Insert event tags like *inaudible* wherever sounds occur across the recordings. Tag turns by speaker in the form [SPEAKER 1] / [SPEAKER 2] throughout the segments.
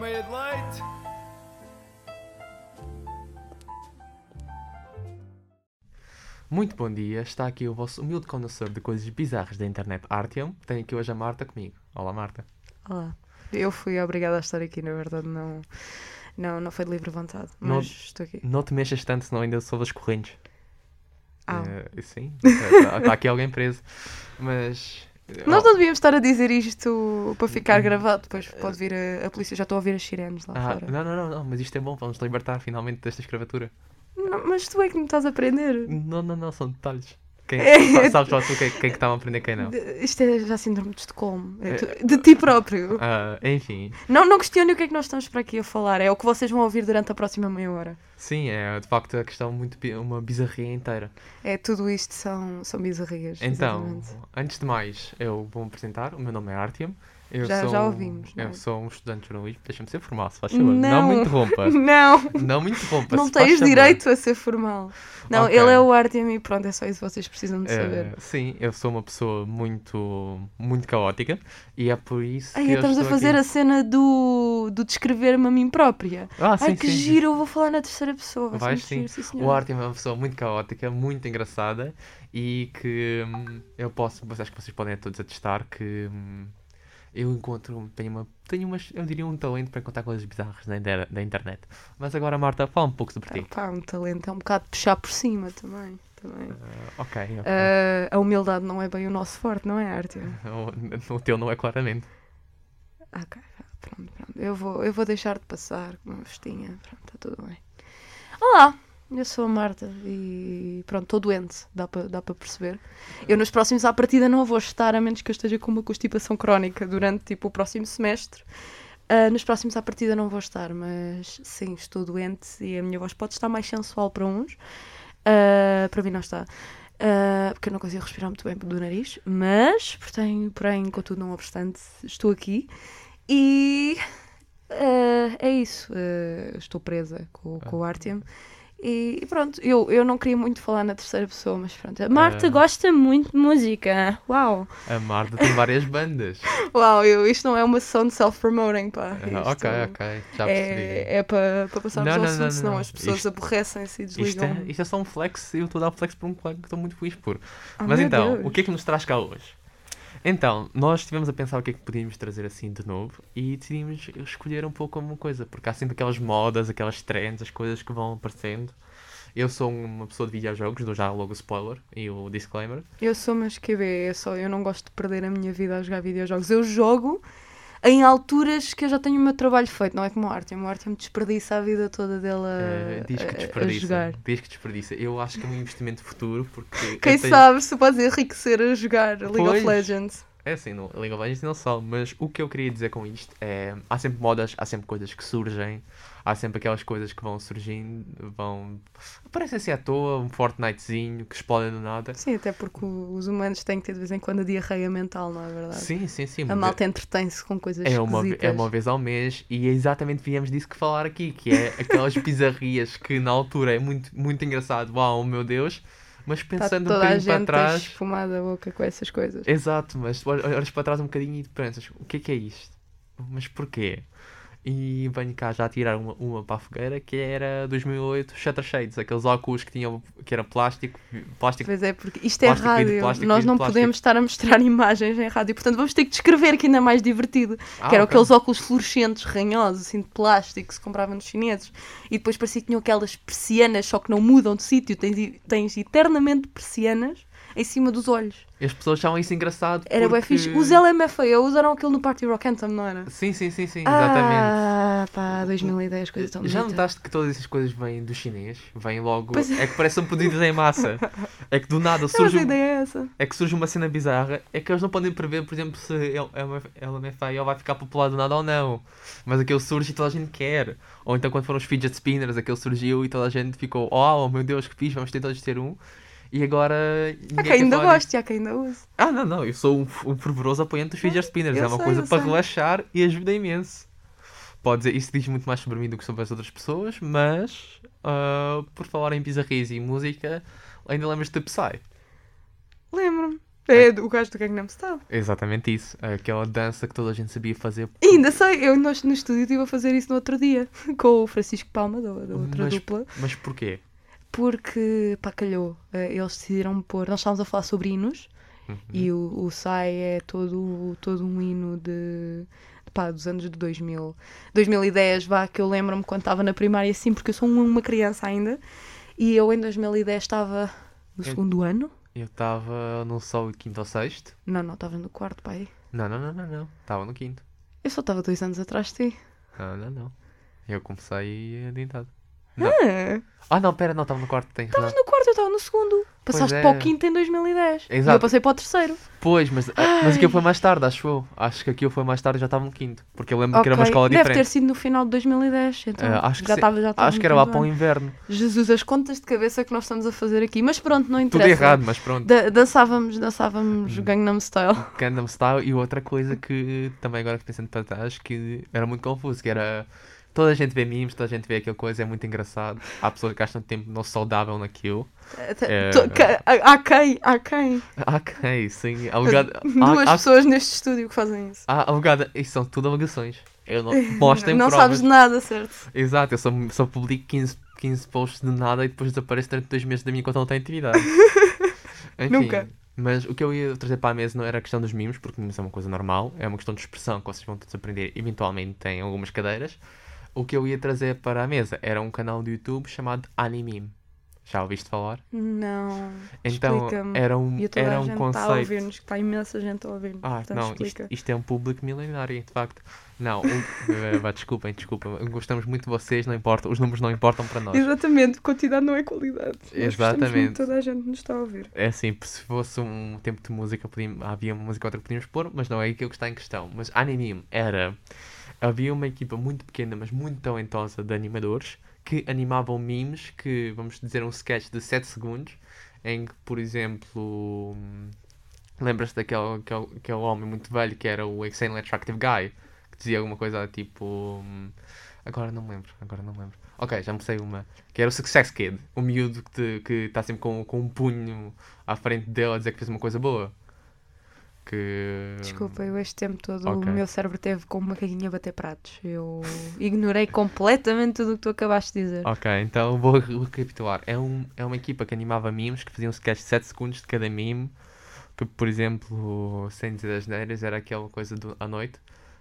[SPEAKER 1] made it late.
[SPEAKER 2] Muito bom dia, está aqui o vosso humilde conhecedor de coisas bizarras da internet, Artyom. Tenho aqui hoje a Marta comigo. Olá, Marta.
[SPEAKER 3] Olá. Eu fui obrigada a estar aqui, na verdade, não, não, não foi de livre vontade, mas
[SPEAKER 2] Não- É,
[SPEAKER 3] estou aqui.
[SPEAKER 2] Não te mexas tanto, senão ainda soube as correntes.
[SPEAKER 3] Ah.
[SPEAKER 2] Eh, sim, *laughs* está aqui alguém preso. Mas. eh,
[SPEAKER 3] Nós
[SPEAKER 2] oh,
[SPEAKER 3] não devíamos estar a dizer isto para ficar gravado, depois pode vir a, a polícia, já estou a ouvir as sirenes lá
[SPEAKER 2] Hum. ah,
[SPEAKER 3] fora.
[SPEAKER 2] não, não, não, não, mas isto é bom, vamos libertar finalmente desta escravatura.
[SPEAKER 3] Não, mas tu é que me estás a aprender.
[SPEAKER 2] Não, não, não, são detalhes.
[SPEAKER 3] *laughs*
[SPEAKER 2] Quem, *laughs*
[SPEAKER 3] É.
[SPEAKER 2] sabes lá tu quem, quem que estava a aprender quem não.
[SPEAKER 3] *laughs* De- Isto é já síndrome de Estocolmo, é tu- de ti próprio.
[SPEAKER 2] Ah, enfim,
[SPEAKER 3] Não, não questione o que é que nós estamos para aqui a falar, é o que vocês vão ouvir durante a próxima meia hora.
[SPEAKER 2] sim, é de facto a questão muito bi- uma bizarria inteira.
[SPEAKER 3] É, tudo isto são, são bizarrias.
[SPEAKER 2] Então,
[SPEAKER 3] exatamente.
[SPEAKER 2] antes de mais, eu vou me apresentar. O meu nome é Artyom. Eu
[SPEAKER 3] Já-
[SPEAKER 2] sou,
[SPEAKER 3] já ouvimos, não
[SPEAKER 2] Eu
[SPEAKER 3] é?
[SPEAKER 2] sou um estudante de jornalismo. Deixa-me ser formal, se faz favor. Não. me
[SPEAKER 3] Não.
[SPEAKER 2] interrompa.
[SPEAKER 3] *laughs* Não,
[SPEAKER 2] Não me interrompa.
[SPEAKER 3] *laughs* não
[SPEAKER 2] se faz
[SPEAKER 3] tens
[SPEAKER 2] favor.
[SPEAKER 3] direito a ser formal. Não,
[SPEAKER 2] Ok.
[SPEAKER 3] ele é o Artyom e pronto, é só isso que vocês precisam de
[SPEAKER 2] Eh,
[SPEAKER 3] saber.
[SPEAKER 2] sim, eu sou uma pessoa muito, muito caótica e é por isso
[SPEAKER 3] Ai,
[SPEAKER 2] que eu
[SPEAKER 3] estamos a
[SPEAKER 2] estou
[SPEAKER 3] fazer
[SPEAKER 2] aqui.
[SPEAKER 3] a cena do, do descrever-me a mim própria.
[SPEAKER 2] Ah, sim,
[SPEAKER 3] Ai, que
[SPEAKER 2] sim, sim.
[SPEAKER 3] giro, eu vou falar na terceira pessoa. Vai ser
[SPEAKER 2] Vais
[SPEAKER 3] muito
[SPEAKER 2] sim.
[SPEAKER 3] giro, sim,
[SPEAKER 2] O
[SPEAKER 3] senhora.
[SPEAKER 2] Artem é uma pessoa muito caótica, muito engraçada e que hum, eu posso, acho que vocês podem todos atestar que hum, eu encontro, tenho uma, tenho umas, eu diria um talento para contar coisas bizarras na, inter- da internet. Mas agora, Marta, fala um pouco sobre ti.
[SPEAKER 3] Ah, pá, um talento, é um bocado de puxar por cima também. também.
[SPEAKER 2] Ok, ok.
[SPEAKER 3] Ah, a humildade não é bem o nosso forte, não é,
[SPEAKER 2] Uhum.
[SPEAKER 3] Artyom?
[SPEAKER 2] *laughs* O, o teu não é claramente.
[SPEAKER 3] Ah, ok, vá, pronto, pronto. Eu vou, eu vou deixar de passar com uma festinha, pronto, está tudo bem. Olá, eu sou a Marta e pronto, estou doente, dá para dá para perceber. Eu nos próximos à partida não vou estar, a menos que eu esteja com uma constipação crónica durante tipo o próximo semestre. Ah, nos próximos à partida não vou estar, mas sim, estou doente e a minha voz pode estar mais sensual para uns, ah, para mim não está. Ah, porque eu não consigo respirar muito bem do nariz, mas, porém, porém, contudo, não obstante, estou aqui e ah, é isso. Ah, estou presa com, com o Artyom. E, e pronto, eu, eu não queria muito falar na terceira pessoa, mas pronto. A Marta
[SPEAKER 2] Ah.
[SPEAKER 3] gosta muito de música. Uau!
[SPEAKER 2] A Marta tem várias
[SPEAKER 3] *laughs*
[SPEAKER 2] bandas.
[SPEAKER 3] Uau, eu, isto não é uma sessão de self-promoting, pá.
[SPEAKER 2] Ah,
[SPEAKER 3] Isto
[SPEAKER 2] ok, ok. Já percebi.
[SPEAKER 3] É, é para para
[SPEAKER 2] Não,
[SPEAKER 3] passarmos ao
[SPEAKER 2] não,
[SPEAKER 3] assunto,
[SPEAKER 2] não,
[SPEAKER 3] senão
[SPEAKER 2] não.
[SPEAKER 3] as pessoas
[SPEAKER 2] Isto-
[SPEAKER 3] aborrecem-se e
[SPEAKER 2] Isto
[SPEAKER 3] desligam.
[SPEAKER 2] é, isto é só um flex e eu estou a dar flex por um colega que estou muito feliz por.
[SPEAKER 3] Oh,
[SPEAKER 2] Mas
[SPEAKER 3] meu
[SPEAKER 2] então,
[SPEAKER 3] Deus.
[SPEAKER 2] o que é que nos traz cá hoje? Então, nós estivemos a pensar o que é que podíamos trazer assim de novo e decidimos escolher um pouco alguma coisa, porque há sempre aquelas modas, aquelas trends, as coisas que vão aparecendo. Eu sou uma pessoa de videojogos, dou já logo o spoiler e o disclaimer.
[SPEAKER 3] Eu sou uma QB, é só, eu não gosto de perder a minha vida a jogar videojogos. Eu jogo em alturas que eu já tenho o meu trabalho feito, não é como o Artyom. O Artyom desperdiça a vida toda dele a,
[SPEAKER 2] Eh, diz que
[SPEAKER 3] a- a
[SPEAKER 2] desperdiça.
[SPEAKER 3] jogar.
[SPEAKER 2] Diz que desperdiça. Eu acho que é um investimento futuro, porque. eu
[SPEAKER 3] Quem
[SPEAKER 2] tenho-
[SPEAKER 3] sabe se podes enriquecer a jogar League
[SPEAKER 2] Pois.
[SPEAKER 3] of Legends.
[SPEAKER 2] É assim, não, League of Legends não só, mas o que eu queria dizer com isto é há sempre modas, há sempre coisas que surgem, há sempre aquelas coisas que vão surgindo, vão. aparecem assim à toa, um Fortnitezinho que explode do nada.
[SPEAKER 3] Sim, até porque os humanos têm que ter de vez em quando a diarreia mental, não é verdade?
[SPEAKER 2] Sim, sim, sim.
[SPEAKER 3] A
[SPEAKER 2] mas
[SPEAKER 3] malta entretém-se com coisas
[SPEAKER 2] Uhum. É uma, ve-
[SPEAKER 3] esquisitas.
[SPEAKER 2] é uma vez ao mês e é exatamente viemos disso que falar aqui, que é aquelas bizarrias que na altura é muito, muito engraçado, uau, meu Deus, mas
[SPEAKER 3] Está
[SPEAKER 2] pensando um
[SPEAKER 3] Tá toda a
[SPEAKER 2] bocadinho para
[SPEAKER 3] gente a
[SPEAKER 2] trás. É
[SPEAKER 3] esfumar da boca com essas coisas.
[SPEAKER 2] Exato, mas tu ol- olhas para trás um bocadinho e pensas, o que é que é isto? Mas porquê? E venho cá já tirar uma, uma para a fogueira que era 2008 Shutter Shades, aqueles óculos que tinham que era plástico, plástico.
[SPEAKER 3] Pois é, porque isto é
[SPEAKER 2] tipo Plástico, vidro,
[SPEAKER 3] rádio.
[SPEAKER 2] plástico,
[SPEAKER 3] Nós
[SPEAKER 2] vidro,
[SPEAKER 3] não
[SPEAKER 2] plástico.
[SPEAKER 3] podemos estar a mostrar *laughs* imagens em rádio. Portanto, vamos ter que descrever que ainda é mais divertido.
[SPEAKER 2] Ah,
[SPEAKER 3] que eram
[SPEAKER 2] ok.
[SPEAKER 3] aqueles óculos fluorescentes, ranhosos, assim, de plástico, que se compravam nos chineses. E depois parecia que tinham aquelas persianas, só que não mudam de sítio. Tens, tens eternamente persianas em cima dos olhos.
[SPEAKER 2] E as pessoas achavam isso engraçado. porque...
[SPEAKER 3] Era bué fixe. Os LMFAO usaram aquilo no Party Rock Anthem, não era?
[SPEAKER 2] Sim, sim, sim, sim, exatamente.
[SPEAKER 3] Ah, pá, 2010, coisa tão
[SPEAKER 2] Já
[SPEAKER 3] bonita.
[SPEAKER 2] notaste que todas essas coisas vêm do chinês? Vêm logo.
[SPEAKER 3] Pois
[SPEAKER 2] É que parece um pedido em
[SPEAKER 3] *laughs*
[SPEAKER 2] massa. É que do nada
[SPEAKER 3] Não, mas
[SPEAKER 2] surge
[SPEAKER 3] a
[SPEAKER 2] um-
[SPEAKER 3] ideia é essa.
[SPEAKER 2] é que surge uma cena bizarra, é que eles não podem prever, por exemplo, se é, ele- ela LMFAO vai ficar popular do nada ou não. Mas aquele surge e toda a gente quer. Ou então quando foram os fidget spinners, aquele surgiu e toda a gente ficou, oh meu Deus, que fixe, vamos ter todos ter um. E agora.
[SPEAKER 3] Há
[SPEAKER 2] ninguém
[SPEAKER 3] quem
[SPEAKER 2] quer
[SPEAKER 3] ainda
[SPEAKER 2] falar disso.
[SPEAKER 3] goste, há quem ainda use.
[SPEAKER 2] Ah, não, não, eu sou um, f- um fervoroso apoiante dos fidget spinners.
[SPEAKER 3] Ah, eu
[SPEAKER 2] É uma
[SPEAKER 3] sei,
[SPEAKER 2] coisa
[SPEAKER 3] eu
[SPEAKER 2] para
[SPEAKER 3] sei.
[SPEAKER 2] relaxar e ajuda imenso. Pode dizer, isso diz muito mais sobre mim do que sobre as outras pessoas, mas ah, por falar em bizarrice e música, ainda lembras-te de Psy?
[SPEAKER 3] Lembro-me. É do- o gajo do Gangnam Style.
[SPEAKER 2] É Exatamente isso. Aquela dança que toda a gente sabia fazer.
[SPEAKER 3] E ainda sei, eu nós no estúdio estive a fazer isso no outro dia, *laughs* com o Francisco Palma, da, da outra
[SPEAKER 2] mas,
[SPEAKER 3] dupla,
[SPEAKER 2] mas porquê?
[SPEAKER 3] porque, pá, calhou, eh, eles decidiram pôr, nós estávamos a falar sobre hinos, e o, o Sai é todo, todo um hino de, pá, dos anos de 2000, 2010, vá, que eu lembro-me quando estava na primária, assim, porque eu sou um- uma criança ainda, e eu em 2010 estava no
[SPEAKER 2] Eu-
[SPEAKER 3] segundo ano,
[SPEAKER 2] Eu estava no só o quinto ou sexto.
[SPEAKER 3] não, não, estava no quarto, pai,
[SPEAKER 2] Não, não, não, não, não. Estava no quinto.
[SPEAKER 3] eu só estava dois anos atrás de ti.
[SPEAKER 2] Não, não, não. Eu comecei adiantado.
[SPEAKER 3] Ah.
[SPEAKER 2] Ah, não, pera, não, estava no quarto, tem razão.
[SPEAKER 3] Estavas no quarto, eu estava no segundo. Passaste
[SPEAKER 2] é.
[SPEAKER 3] para o quinto em 2010. E
[SPEAKER 2] Exato.
[SPEAKER 3] eu passei para o terceiro.
[SPEAKER 2] Pois, mas, ah, mas aquilo foi mais tarde, acho eu. Acho que aquilo foi mais tarde, já estava no quinto. Porque eu lembro que era uma
[SPEAKER 3] Ok.
[SPEAKER 2] escola
[SPEAKER 3] Deve ter
[SPEAKER 2] diferente.
[SPEAKER 3] sido no final de 2010. Então
[SPEAKER 2] Ah, acho que
[SPEAKER 3] já
[SPEAKER 2] sim.
[SPEAKER 3] estava já estava
[SPEAKER 2] Acho
[SPEAKER 3] no
[SPEAKER 2] que era lá para
[SPEAKER 3] quinto
[SPEAKER 2] o
[SPEAKER 3] ano.
[SPEAKER 2] inverno.
[SPEAKER 3] Jesus, as contas de cabeça que nós estamos a fazer aqui. Mas pronto, não
[SPEAKER 2] Tudo
[SPEAKER 3] interessa.
[SPEAKER 2] errado, Hum. mas pronto.
[SPEAKER 3] Da- dançávamos, dançávamos Gangnam Style.
[SPEAKER 2] Gundam Style e outra coisa que também agora que pensando para trás que era muito confuso, que era toda a gente vê memes, toda a gente vê aquela coisa, é muito engraçado. Há pessoas que gastam tempo não saudável naquilo. *laughs* É.
[SPEAKER 3] Tu- ca- Há quem? Há quem?
[SPEAKER 2] Ah, ok, sim. Há lugar,
[SPEAKER 3] Duas
[SPEAKER 2] há, há,
[SPEAKER 3] pessoas neste estúdio que fazem isso.
[SPEAKER 2] há, há lugar, isso são tudo alegações. Eu
[SPEAKER 3] *laughs*
[SPEAKER 2] não, mostrem
[SPEAKER 3] não
[SPEAKER 2] provas.
[SPEAKER 3] sabes nada, certo?
[SPEAKER 2] Exato, eu só, só publico 15, 15 posts de nada e depois desapareço durante dois meses da minha conta não tem
[SPEAKER 3] *laughs*
[SPEAKER 2] atividade. Enfim,
[SPEAKER 3] Nunca.
[SPEAKER 2] Mas o que eu ia trazer para a mesa não era a questão dos mimos, porque mimos é uma coisa normal, é uma questão de expressão que vocês vão todos aprender eventualmente em algumas cadeiras. O que eu ia trazer para a mesa era um canal do YouTube chamado Animime. Já ouviste falar?
[SPEAKER 3] Não.
[SPEAKER 2] Então
[SPEAKER 3] Explica-me.
[SPEAKER 2] era um,
[SPEAKER 3] E a toda
[SPEAKER 2] era
[SPEAKER 3] a
[SPEAKER 2] um
[SPEAKER 3] gente está a
[SPEAKER 2] conceito.
[SPEAKER 3] ouvir-nos, que está imensa gente a ouvir-nos.
[SPEAKER 2] Ah,
[SPEAKER 3] Portanto,
[SPEAKER 2] não, isto,
[SPEAKER 3] explica.
[SPEAKER 2] isto é um público milenário, de facto. Não, o- *laughs* eh, vá, desculpem, desculpem. Gostamos muito de vocês, não importa, os números não importam para nós.
[SPEAKER 3] Exatamente, quantidade não é qualidade. Nós gostamos
[SPEAKER 2] Exatamente.
[SPEAKER 3] muito, Toda a gente nos está a ouvir.
[SPEAKER 2] É assim, se fosse um tempo de música, podíamos, havia uma música ou outra que podíamos pôr, mas não é aquilo que está em questão. Mas anime era. Havia uma equipa muito pequena, mas muito talentosa de animadores que animavam memes, que vamos dizer um sketch de 7 segundos, em que, por exemplo, hum, lembras-te daquele aquele, aquele homem muito velho que era o Extremely Attractive Guy, que dizia alguma coisa tipo. hum, Agora não me lembro, agora não me lembro. Ok, já me sei uma. Que era o Success Kid, o miúdo que te- que está sempre com, com um punho à frente dele a dizer que fez uma coisa boa. Que.
[SPEAKER 3] Desculpa, eu este tempo todo
[SPEAKER 2] ok.
[SPEAKER 3] o meu cérebro teve como uma caguinha a bater pratos. Eu ignorei completamente tudo o que tu acabaste de dizer.
[SPEAKER 2] Ok, então vou recapitular. É, um, é uma equipa que animava memes, que faziam sketch de 7 segundos de cada meme. Que, por exemplo, sem dizer as neiras, era aquela coisa do, à noite,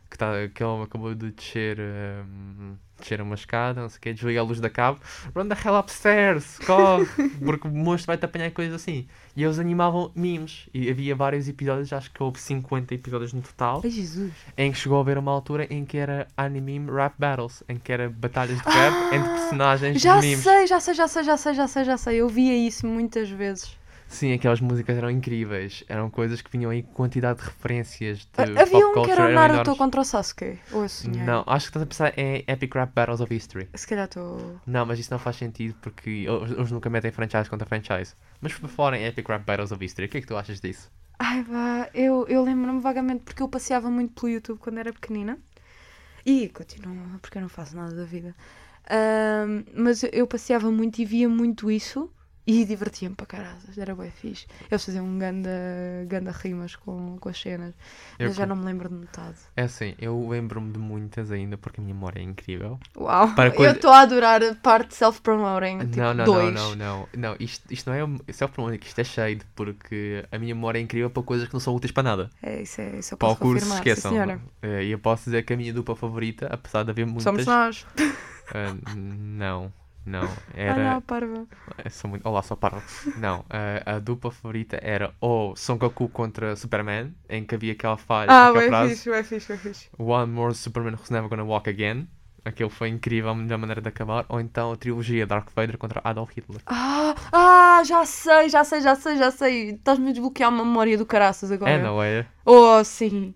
[SPEAKER 2] que, tá, que ele acabou de descer, hum, descer uma escada, não sei o quê, desliga a luz da cabo. Run the hell upstairs, corre, porque o monstro vai-te apanhar e coisas assim. E eles animavam memes, e havia vários episódios, acho que houve 50 episódios no total,
[SPEAKER 3] Ai, Jesus.
[SPEAKER 2] em que chegou a haver uma altura em que era anime rap battles, em que era batalhas de rap entre personagens
[SPEAKER 3] Ah! Já
[SPEAKER 2] de memes.
[SPEAKER 3] sei, já sei, já sei, já sei, já sei, já sei. Eu via isso muitas vezes.
[SPEAKER 2] Sim, aquelas músicas eram incríveis. Eram coisas que vinham em quantidade de referências de
[SPEAKER 3] Ah,
[SPEAKER 2] pop
[SPEAKER 3] Havia um que
[SPEAKER 2] culture,
[SPEAKER 3] era o
[SPEAKER 2] eram
[SPEAKER 3] Naruto
[SPEAKER 2] enormes.
[SPEAKER 3] contra o Sasuke. Ou eu sonhei.
[SPEAKER 2] Não, acho que estás a pensar em Epic Rap Battles of History.
[SPEAKER 3] Se calhar estou.
[SPEAKER 2] Não, mas isso não faz sentido porque eles eles nunca metem franchise contra franchise. Mas por fora em Epic Rap Battles of History, o que é que tu achas disso?
[SPEAKER 3] Ai, vá, eu, eu lembro-me vagamente porque eu passeava muito pelo YouTube quando era pequenina e continuo, porque eu não faço nada da vida. Ahm, mas eu- eu passeava muito e via muito isso e divertia-me para caralho, era bem fixe. Eles faziam um ganda, ganda rimas com, com as cenas,
[SPEAKER 2] Eu
[SPEAKER 3] mas já
[SPEAKER 2] com-
[SPEAKER 3] não me lembro de metade.
[SPEAKER 2] É assim, eu lembro-me de muitas ainda porque a minha memória é incrível.
[SPEAKER 3] Uau,
[SPEAKER 2] Para
[SPEAKER 3] eu
[SPEAKER 2] coisa-
[SPEAKER 3] estou a adorar a parte de self-promoting, tipo
[SPEAKER 2] não, não,
[SPEAKER 3] dois.
[SPEAKER 2] não, não, não, não. Isto, isto não é um- isso é problemático, isto é shade porque a minha memória é incrível para coisas que não são úteis para nada.
[SPEAKER 3] É, isso, é, isso eu
[SPEAKER 2] Para
[SPEAKER 3] posso
[SPEAKER 2] o curso,
[SPEAKER 3] confirmar, sim,
[SPEAKER 2] esqueçam.
[SPEAKER 3] senhora.
[SPEAKER 2] Eh, E eu posso dizer que a minha dupla favorita, apesar de haver muitas.
[SPEAKER 3] Somos nós.
[SPEAKER 2] Ah, não,
[SPEAKER 3] *laughs*
[SPEAKER 2] não.
[SPEAKER 3] Olha
[SPEAKER 2] Era.
[SPEAKER 3] a parva.
[SPEAKER 2] eh, sou muito... Olá, só parvo. Não, eh, a dupla favorita era ou Son Goku contra Superman, em que havia aquela falha,
[SPEAKER 3] Ah,
[SPEAKER 2] aquela
[SPEAKER 3] bem
[SPEAKER 2] frase
[SPEAKER 3] fixe, bem fixe, bem fixe.
[SPEAKER 2] One More Superman Who's Never Gonna Walk Again. Aquele foi incrível, a melhor maneira de acabar. Ou então a trilogia Dark Vader contra Adolf Hitler.
[SPEAKER 3] Ah, ah, já sei, já sei, já sei, já sei. Estás-me a desbloquear a memória do caraças agora.
[SPEAKER 2] É, não é?
[SPEAKER 3] Oh, sim.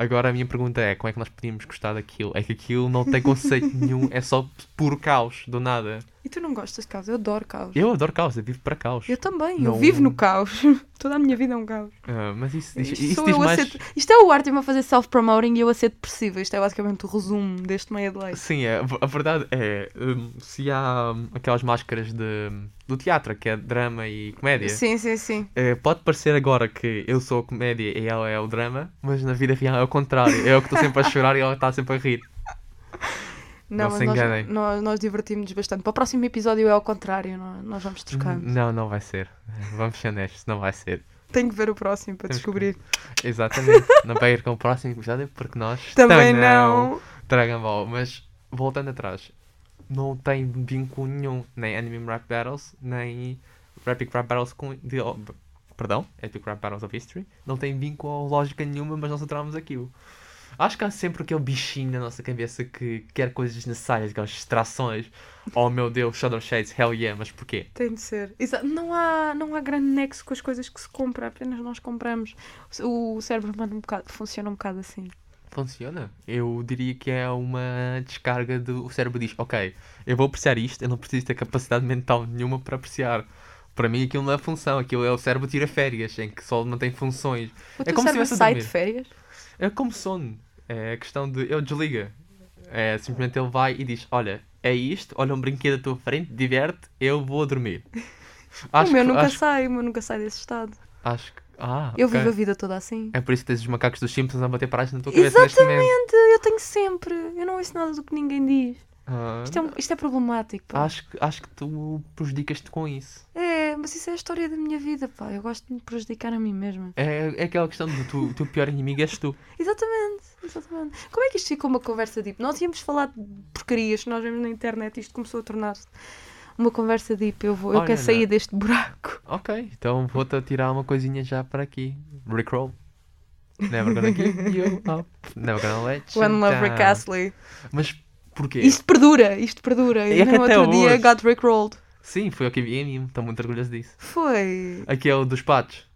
[SPEAKER 2] Agora a minha pergunta é:
[SPEAKER 3] *laughs*
[SPEAKER 2] como é que nós podíamos gostar daquilo? É que aquilo não tem conceito nenhum, é só puro caos, do nada.
[SPEAKER 3] E tu não gostas de caos? Eu adoro caos.
[SPEAKER 2] Eu adoro caos, eu vivo para caos.
[SPEAKER 3] Eu também, eu
[SPEAKER 2] Não-
[SPEAKER 3] vivo no caos. *laughs* Toda a minha vida é um caos.
[SPEAKER 2] Ah, mas isso, diz-
[SPEAKER 3] Isto,
[SPEAKER 2] isso
[SPEAKER 3] sou
[SPEAKER 2] diz
[SPEAKER 3] eu a
[SPEAKER 2] mais.
[SPEAKER 3] ser- isto é o Artem a fazer self-promoting e eu a ser depressiva. Isto é basicamente o resumo deste meia de leite.
[SPEAKER 2] Sim, é, a verdade é, hum, se há hum, aquelas máscaras de, do teatro, que é drama e comédia,
[SPEAKER 3] Sim, sim, sim.
[SPEAKER 2] eh, pode parecer agora que eu sou a comédia e ela é o drama, mas na vida real é o contrário. Eu que estou sempre a chorar e ela está sempre a rir. Não
[SPEAKER 3] mas
[SPEAKER 2] se enganem.
[SPEAKER 3] nós, nós, nós divertimos-nos bastante. Para o próximo episódio é ao contrário, nó- nós vamos trocar.
[SPEAKER 2] Não, não vai ser. Vamos ser honestos, não vai ser.
[SPEAKER 3] Tenho que ver o próximo para
[SPEAKER 2] Temos que-
[SPEAKER 3] descobrir.
[SPEAKER 2] Exatamente. não vai ir com o próximo episódio porque nós
[SPEAKER 3] Também não.
[SPEAKER 2] Dragon Ball, mas voltando atrás, não tem vínculo nenhum, nem Anime Rap Battles, nem Epic Rap Battles com. De, oh, b- perdão, Epic Rap Battles of History. Não tem vínculo ou lógica nenhuma, mas nós adorámos aquilo. Acho que há sempre aquele bichinho na nossa cabeça que quer coisas desnecessárias, aquelas distrações. Oh meu Deus, Shadow Shades, hell yeah, mas porquê?
[SPEAKER 3] Tem de ser. Exa- Não, há, não há grande nexo com as coisas que se compra, apenas nós compramos. O cérebro humano um bocado, funciona um bocado assim.
[SPEAKER 2] Funciona. Eu diria que é uma descarga do o cérebro diz, ok, eu vou apreciar isto, eu não preciso ter capacidade mental nenhuma para apreciar. Para mim aquilo não é função, aquilo é o cérebro tira férias, em que só mantém funções.
[SPEAKER 3] O
[SPEAKER 2] É
[SPEAKER 3] teu
[SPEAKER 2] como se
[SPEAKER 3] cérebro
[SPEAKER 2] estivesse a
[SPEAKER 3] sai de
[SPEAKER 2] dormir.
[SPEAKER 3] férias?
[SPEAKER 2] É como sono. É a questão de ele desliga. É, simplesmente ele vai e diz, olha, é isto, olha um brinquedo à tua frente, diverte, eu vou dormir.
[SPEAKER 3] *laughs* o meu
[SPEAKER 2] que-
[SPEAKER 3] nunca
[SPEAKER 2] acho,
[SPEAKER 3] sai, o meu nunca sai desse estado.
[SPEAKER 2] acho que- Ah,
[SPEAKER 3] Eu
[SPEAKER 2] ok.
[SPEAKER 3] vivo a vida toda assim.
[SPEAKER 2] É por isso que tens os macacos dos Simpsons a bater paragens na tua cabeça neste momento.
[SPEAKER 3] Exatamente, eu tenho sempre. Eu não ouço nada do que ninguém diz.
[SPEAKER 2] Ah,
[SPEAKER 3] Isto é, um- isto é problemático. Pá.
[SPEAKER 2] Acho, que- acho que tu prejudicas-te com isso.
[SPEAKER 3] É, mas isso é a história da minha vida, pá. Eu gosto de me prejudicar a mim mesma.
[SPEAKER 2] É, é aquela questão do tu, o teu pior inimigo és tu.
[SPEAKER 3] Exatamente, exatamente. Como é que isto ficou uma conversa deep? Nós íamos falar de porcarias que nós vemos na internet e isto começou a tornar-se uma conversa deep. Eu, vou, eu
[SPEAKER 2] Olha,
[SPEAKER 3] quero sair
[SPEAKER 2] não. *laughs*
[SPEAKER 3] deste buraco.
[SPEAKER 2] Ok, então vou-te tirar uma coisinha já para aqui. Rickroll. Never gonna give you up. Never gonna let you
[SPEAKER 3] One Love
[SPEAKER 2] down.
[SPEAKER 3] Rick Astley.
[SPEAKER 2] Mas porquê?
[SPEAKER 3] Isto perdura, isto perdura.
[SPEAKER 2] É
[SPEAKER 3] E
[SPEAKER 2] que
[SPEAKER 3] no
[SPEAKER 2] até
[SPEAKER 3] outro dia
[SPEAKER 2] hoje.
[SPEAKER 3] got Rickrolled.
[SPEAKER 2] Sim, foi o que vi em mim. Estou muito orgulhoso disso.
[SPEAKER 3] Foi.
[SPEAKER 2] Aquele dos patos.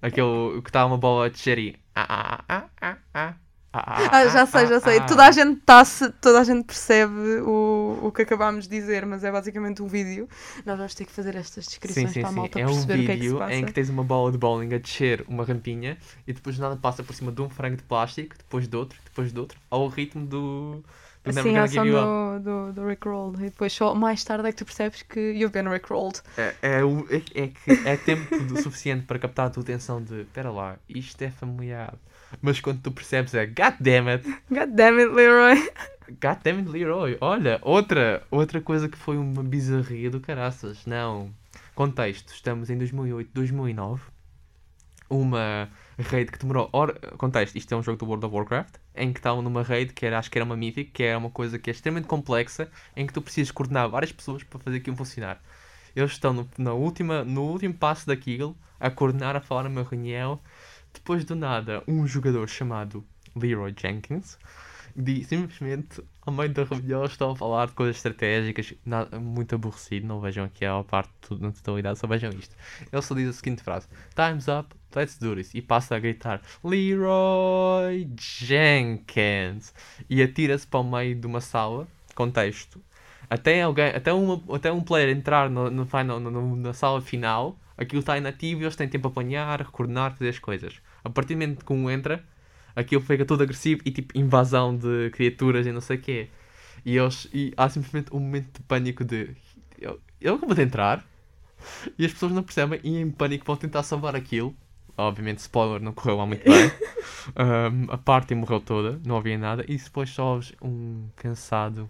[SPEAKER 2] Aquele que está uma bola de xeri. Ah, ah, ah, ah, ah.
[SPEAKER 3] Ah, já sei, já sei. Toda a gente tá se- toda a gente percebe o, o que acabámos de dizer, mas é basicamente um vídeo. Nós vamos ter que fazer estas
[SPEAKER 2] Sim,
[SPEAKER 3] descrições
[SPEAKER 2] sim,
[SPEAKER 3] para a
[SPEAKER 2] sim.
[SPEAKER 3] malta
[SPEAKER 2] É um
[SPEAKER 3] perceber o que é que se
[SPEAKER 2] vídeo
[SPEAKER 3] passa.
[SPEAKER 2] em que tens uma bola de bowling a descer uma rampinha e depois do nada passa por cima de um frango de plástico, depois de outro, depois de outro, ao ritmo do. do Never
[SPEAKER 3] Sim,
[SPEAKER 2] Gonna
[SPEAKER 3] Assim, é a ação
[SPEAKER 2] Give You Up.
[SPEAKER 3] do, do, do Rickroll. E depois só mais tarde é que tu percebes que you've been Rickrolled.
[SPEAKER 2] É, é, o- é, é que é tempo do
[SPEAKER 3] *laughs*
[SPEAKER 2] suficiente para captar a tua atenção de espera lá, isto é familiar. Mas quando tu percebes é God damn it,
[SPEAKER 3] God damn it, Leroy.
[SPEAKER 2] God damn it, Leroy. Olha, outra, outra coisa que foi uma bizarria do caraças. Não. Contexto, estamos em 2008, 2009. Uma raid que demorou. hora- Contexto, isto é um jogo do World of Warcraft. Em que estavam numa raid que era, acho que era uma mythic, que era uma coisa que é extremamente complexa. Em que tu precisas coordenar várias pessoas para fazer aquilo funcionar. Eles estão no, na última, no último passo da Kegel a coordenar, a falar numa reunião. Depois do nada, um jogador chamado Leroy Jenkins de simplesmente ao meio da reunião estão a falar de coisas estratégicas, na- muito aborrecido, não vejam aqui a parte tu- na totalidade, só vejam isto. Ele só diz a seguinte frase: Time's up, let's do this. E passa a gritar Leroy Jenkins e atira-se para o meio de uma sala, contexto. Até alguém, até, uma, até um player entrar no, no final, no- no- na sala final, aquilo está inativo e eles têm tempo a apanhar, coordenar, fazer as coisas. A partir do momento que um entra, aquilo fica todo agressivo e tipo invasão de criaturas e não sei o quê. E, eles, e há simplesmente um momento de pânico de eu, eu acabo de entrar e as pessoas não percebem e em pânico vão tentar salvar aquilo. Obviamente, spoiler, não correu lá muito
[SPEAKER 3] *laughs*
[SPEAKER 2] bem. Ahm, a parte morreu toda, não havia nada. E depois só ouves um cansado.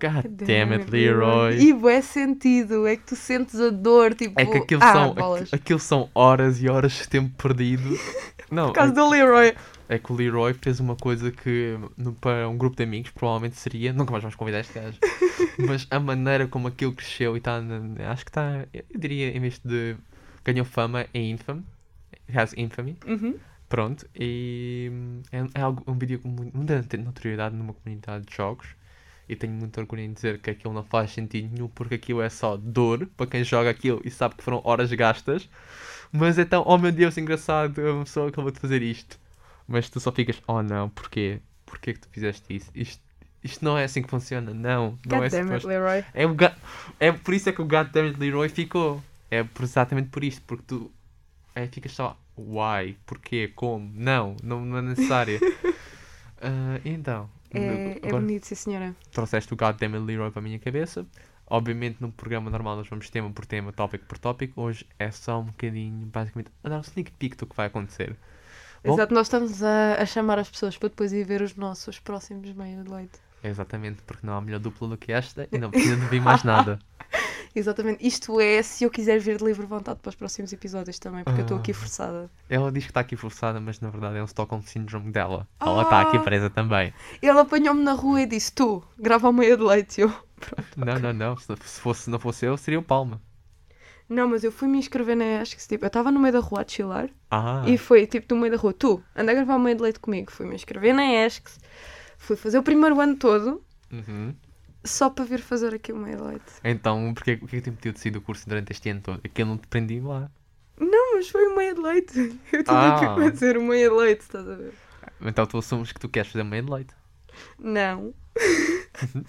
[SPEAKER 2] God *laughs* damn it, Leroy.
[SPEAKER 3] E bué sentido, é que tu sentes a dor, tipo,
[SPEAKER 2] É que aquilo,
[SPEAKER 3] ah,
[SPEAKER 2] são,
[SPEAKER 3] bolas.
[SPEAKER 2] aqu- aquilo são horas e horas de tempo
[SPEAKER 3] *laughs*
[SPEAKER 2] perdido. Não,
[SPEAKER 3] Por causa do Leroy.
[SPEAKER 2] é que o Leroy fez uma coisa que no- para um grupo de amigos provavelmente seria. Nunca mais vamos convidar este gajo. Mas a maneira como aquilo cresceu e está. na- Acho que está. Eu diria, em vez de. Ganhou fama, é infame. Has infamy.
[SPEAKER 3] Uhum.
[SPEAKER 2] Pronto. E. hum, É, é algo, um vídeo com mu- muita notoriedade numa comunidade de jogos. E tenho muito orgulho em dizer que aquilo não faz sentido nenhum, porque aquilo é só dor para quem joga aquilo e sabe que foram horas gastas. Mas é tão, oh meu Deus, engraçado, é uma pessoa acabou de fazer isto. Mas tu só ficas, oh não, porquê? Porquê que tu fizeste isso? Isto, Isto não é assim que funciona. Não, não é
[SPEAKER 3] Goddammit,
[SPEAKER 2] suposto.
[SPEAKER 3] Leroy.
[SPEAKER 2] É, o ga... é por isso é que o Goddammit Leroy ficou. É por- exatamente por isto, porque tu é, ficas só why, porquê, como, não, não, não é
[SPEAKER 3] *laughs*
[SPEAKER 2] necessário. Ah, então,
[SPEAKER 3] É, é
[SPEAKER 2] agora
[SPEAKER 3] bonito, sim, senhora.
[SPEAKER 2] trouxeste o Goddammit Leroy para a minha cabeça. Obviamente, no programa normal, nós vamos tema por tema, tópico por tópico. Hoje é só um bocadinho, basicamente, a dar um sneak peek do que vai acontecer. Bom.
[SPEAKER 3] Exato, nós estamos a, a chamar as pessoas para depois ir ver os nossos próximos meios de leite.
[SPEAKER 2] É Exatamente, porque não há melhor dupla do que esta e não precisa de vir
[SPEAKER 3] *laughs*
[SPEAKER 2] mais nada.
[SPEAKER 3] Exatamente, isto é se eu quiser vir de livre vontade para os próximos episódios também, porque eu estou aqui
[SPEAKER 2] Ah.
[SPEAKER 3] forçada.
[SPEAKER 2] Ela diz que está aqui forçada, mas na verdade é um Stockholm Syndrome dela. Ela está aqui
[SPEAKER 3] Ah.
[SPEAKER 2] presa também.
[SPEAKER 3] Ele apanhou-me na rua e disse: Tu, grava o meia de leite. E Eu,
[SPEAKER 2] Não, não, não. Se se fosse, não fosse eu, seria o Palma.
[SPEAKER 3] não, mas eu fui me inscrever na. Acho que tipo, eu estava no meio da rua a chilar
[SPEAKER 2] Ah,
[SPEAKER 3] E foi tipo no meio da rua, tu, anda a gravar o meio de leite comigo. Fui-me inscrever na ESCS, fui fazer o primeiro ano todo
[SPEAKER 2] uhum.
[SPEAKER 3] só para vir fazer aqui o meio de leite.
[SPEAKER 2] então porquê, porquê que te impediu de sair do curso durante este ano todo? É que eu não te prendi lá.
[SPEAKER 3] Não, mas foi o meio de leite. *laughs* Eu tinha
[SPEAKER 2] Ah.
[SPEAKER 3] que fazer o meio de leite, estás a ver?
[SPEAKER 2] Então tu assumes que tu queres fazer meio de leite.
[SPEAKER 3] Não,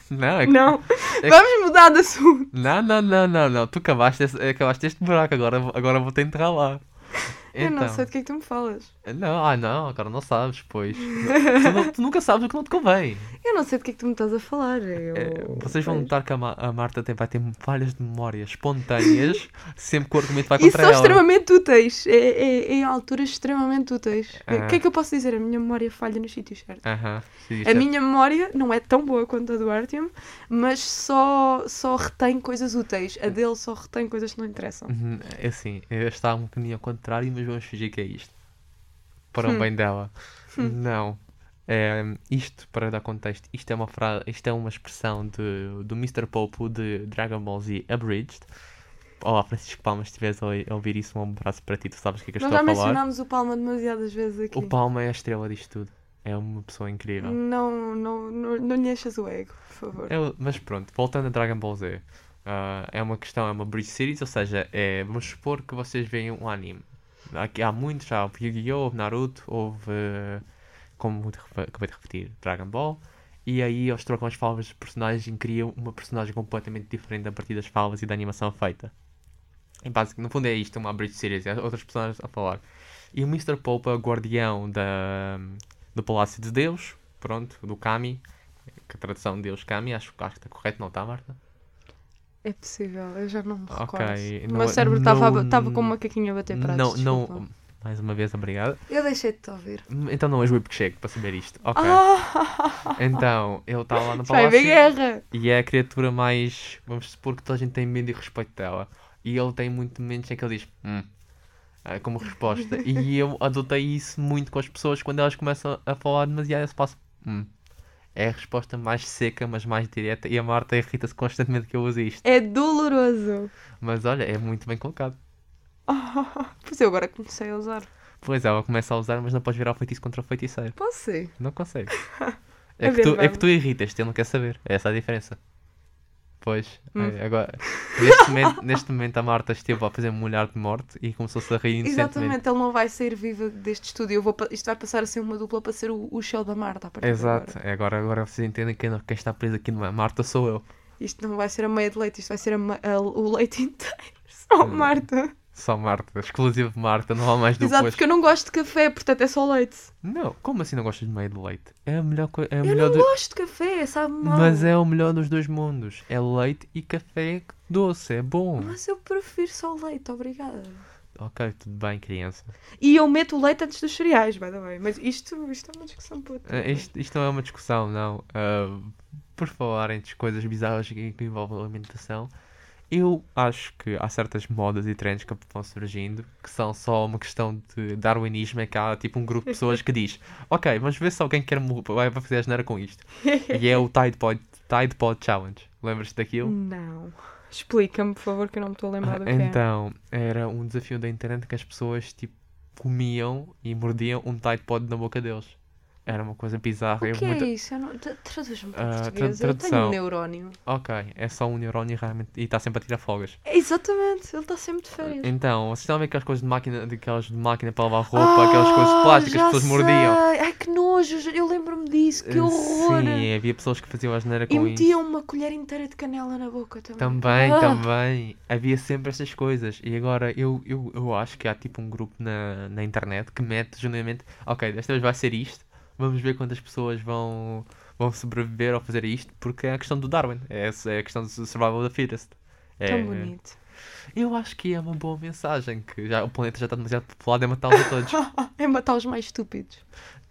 [SPEAKER 2] Não, é que...
[SPEAKER 3] não.
[SPEAKER 2] que-
[SPEAKER 3] Vamos mudar de assunto.
[SPEAKER 2] não, não, não, não, não. Tu acabaste, esse- acabaste este buraco, agora, vou- agora vou-te enterrar lá.
[SPEAKER 3] *laughs* Eu
[SPEAKER 2] Então.
[SPEAKER 3] não sei do que é que tu me falas.
[SPEAKER 2] não, ah não, agora não sabes, pois. tu, não- tu nunca sabes o que não te convém.
[SPEAKER 3] Eu não sei do que é que tu me estás a falar. Eu...
[SPEAKER 2] É, vocês vão notar que a, Ma- a Marta tem- vai ter falhas de memória
[SPEAKER 3] *laughs*
[SPEAKER 2] espontâneas, sempre que o argumento vai
[SPEAKER 3] E
[SPEAKER 2] contra
[SPEAKER 3] são
[SPEAKER 2] ela.
[SPEAKER 3] extremamente úteis. É, é, é em alturas extremamente úteis. O
[SPEAKER 2] Ah.
[SPEAKER 3] que é que eu posso dizer? A minha memória falha nos sítios certos.
[SPEAKER 2] Aham, sim,
[SPEAKER 3] A
[SPEAKER 2] certo.
[SPEAKER 3] minha memória não é tão boa quanto a do Artyom, mas só, só retém coisas úteis. A dele só retém coisas que não interessam.
[SPEAKER 2] Uhum, É assim, eu estava um bocadinho ao contrário, mas vamos fingir que é isto. Para
[SPEAKER 3] Hum.
[SPEAKER 2] o bem dela. Não. É, isto, para dar contexto, isto é uma frase, isto é uma expressão de, do Mr. Popo de Dragon Ball Z Abridged. Olá, Francisco Palmas, se estiveres a oi- a ouvir isso, um abraço para ti, tu sabes o que é que eu
[SPEAKER 3] Nós
[SPEAKER 2] estou
[SPEAKER 3] já
[SPEAKER 2] a falar.
[SPEAKER 3] mencionámos o Palma demasiadas vezes aqui.
[SPEAKER 2] O Palma é a estrela disto tudo. É uma pessoa incrível.
[SPEAKER 3] Não, não, não, não lhe enchas o ego, por favor.
[SPEAKER 2] Eu- É mas pronto, voltando a Dragon Ball Z, ah, é uma questão, é uma bridge series, ou seja, é, vamos supor que vocês veem um anime. Aqui há muitos, há houve Yu-Gi-Oh!, houve Naruto, houve, eh, como te refe- acabei de repetir, Dragon Ball. E aí eles trocam as falas dos personagens e criam uma personagem completamente diferente a partir das falas e da animação feita. Em base, no fundo é isto, uma bridge series, é outras personagens a falar. E o Mr. Pope é o guardião da, do Palácio de Deus, pronto, do Kami, que a tradução de Deus Kami, acho, acho que está correto, não está, Marta?
[SPEAKER 3] É possível, eu já não me
[SPEAKER 2] Ok,
[SPEAKER 3] recordo. o
[SPEAKER 2] não- é-
[SPEAKER 3] meu cérebro
[SPEAKER 2] não-
[SPEAKER 3] estava estava com uma caquinha a bater para
[SPEAKER 2] Não, não. Mais uma vez, obrigado.
[SPEAKER 3] Eu deixei de te ouvir.
[SPEAKER 2] Então não és o que chego para saber isto. Ok.
[SPEAKER 3] Ah,
[SPEAKER 2] Então, ele está lá no
[SPEAKER 3] *laughs* vai
[SPEAKER 2] palácio.
[SPEAKER 3] haver guerra!
[SPEAKER 2] E é a criatura mais. Vamos supor que toda a gente tem medo e respeito dela. E ele tem muito menos em que ele diz. Hum. ah, Como resposta.
[SPEAKER 3] *laughs*
[SPEAKER 2] E eu adotei isso muito com as pessoas quando elas começam a falar demasiado. Eu só passo. Hum. É a resposta mais seca, mas mais direta. E a Marta irrita-se constantemente que eu uso isto.
[SPEAKER 3] É doloroso!
[SPEAKER 2] Mas olha, é muito bem colocado.
[SPEAKER 3] Ah, pois eu agora comecei a usar.
[SPEAKER 2] Pois é, ela começa a usar, mas não podes virar o feitiço contra o feiticeiro.
[SPEAKER 3] Posso ser?
[SPEAKER 2] Não consegue.
[SPEAKER 3] *laughs* É
[SPEAKER 2] É, que, tu, é
[SPEAKER 3] verdade.
[SPEAKER 2] que tu irritas, ele não quer saber. É essa a diferença. Pois,
[SPEAKER 3] Hum.
[SPEAKER 2] é, agora, neste momento, neste momento a Marta esteve a fazer um olhar de morte e começou-se a rir inocentemente.
[SPEAKER 3] Exatamente, ele não vai sair viva deste estúdio. Eu vou, pa- isto vai passar a ser uma dupla para ser o, o show da Marta a partir de
[SPEAKER 2] Exato,
[SPEAKER 3] agora.
[SPEAKER 2] é, agora, agora vocês entendem que não- quem está preso aqui não é a Marta, sou eu.
[SPEAKER 3] Isto não vai ser a meia de leite, isto vai ser a ma- a- o leite *laughs* inteiro. Só
[SPEAKER 2] Hum,
[SPEAKER 3] Marta.
[SPEAKER 2] Só Marta, exclusivo Marta, não há mais duplas.
[SPEAKER 3] Exato, porque eu não gosto de café, portanto é só leite.
[SPEAKER 2] Não, como assim não gostas de meio de leite? É a melhor coisa, é a
[SPEAKER 3] eu
[SPEAKER 2] melhor
[SPEAKER 3] não
[SPEAKER 2] do-
[SPEAKER 3] gosto de café, sabe mal.
[SPEAKER 2] Mas é o melhor dos dois mundos. É leite e café doce, é bom.
[SPEAKER 3] Mas eu prefiro só leite, obrigada.
[SPEAKER 2] Ok, tudo bem, criança.
[SPEAKER 3] E eu meto o leite antes dos cereais, by the way. Mas isto, isto é uma discussão puta.
[SPEAKER 2] Eh, Isto, isto não é uma discussão, não. Ah, por falar entre coisas bizarras que que envolvem alimentação, eu acho que há certas modas e trends que vão surgindo que são só uma questão de darwinismo. É que há tipo um grupo de pessoas que diz: Ok, vamos ver se alguém quer mo- vai vai fazer a geneira com isto. E é o Tide Pod, Tide Pod Challenge. Lembras-te daquilo?
[SPEAKER 3] Não. Explica-me, por favor, que eu não me estou Hum, a lembrar do que é.
[SPEAKER 2] Então, era um desafio da internet que as pessoas tipo comiam e mordiam um Tide Pod na boca deles. Era uma coisa bizarra.
[SPEAKER 3] O
[SPEAKER 2] eu
[SPEAKER 3] que
[SPEAKER 2] muito-
[SPEAKER 3] é isso? Eu não- tra- Traduz-me para
[SPEAKER 2] Ah, tra-
[SPEAKER 3] português. Eu tenho
[SPEAKER 2] tradução.
[SPEAKER 3] um neurónio.
[SPEAKER 2] Ok, é só um neurónio realmente. E está sempre a tirar folgas.
[SPEAKER 3] É, Exatamente, ele está sempre de férias.
[SPEAKER 2] Então, vocês estão a ver aquelas coisas de máquina, daquelas de máquina para lavar roupa, aquelas coisas de plástico,
[SPEAKER 3] Ah, já
[SPEAKER 2] as pessoas mordiam.
[SPEAKER 3] sei. Ai, que nojo, já- eu lembro-me disso, que horror.
[SPEAKER 2] Sim, havia pessoas que faziam asneira
[SPEAKER 3] e
[SPEAKER 2] é com isso.
[SPEAKER 3] metiam uma colher inteira de canela na boca também.
[SPEAKER 2] Também,
[SPEAKER 3] Ah,
[SPEAKER 2] também. Havia sempre essas coisas. E agora eu, eu, eu acho que há tipo um grupo na, na internet que mete genuinamente, ok, desta vez vai ser isto, vamos ver quantas pessoas vão, vão sobreviver ao fazer isto, porque é a questão do Darwin, é, essa- é a questão do survival of the fittest. É,
[SPEAKER 3] Tão bonito.
[SPEAKER 2] eu acho que é uma boa mensagem, que já, o planeta já está demasiado populado, é matá-los a todos.
[SPEAKER 3] É matá os mais estúpidos.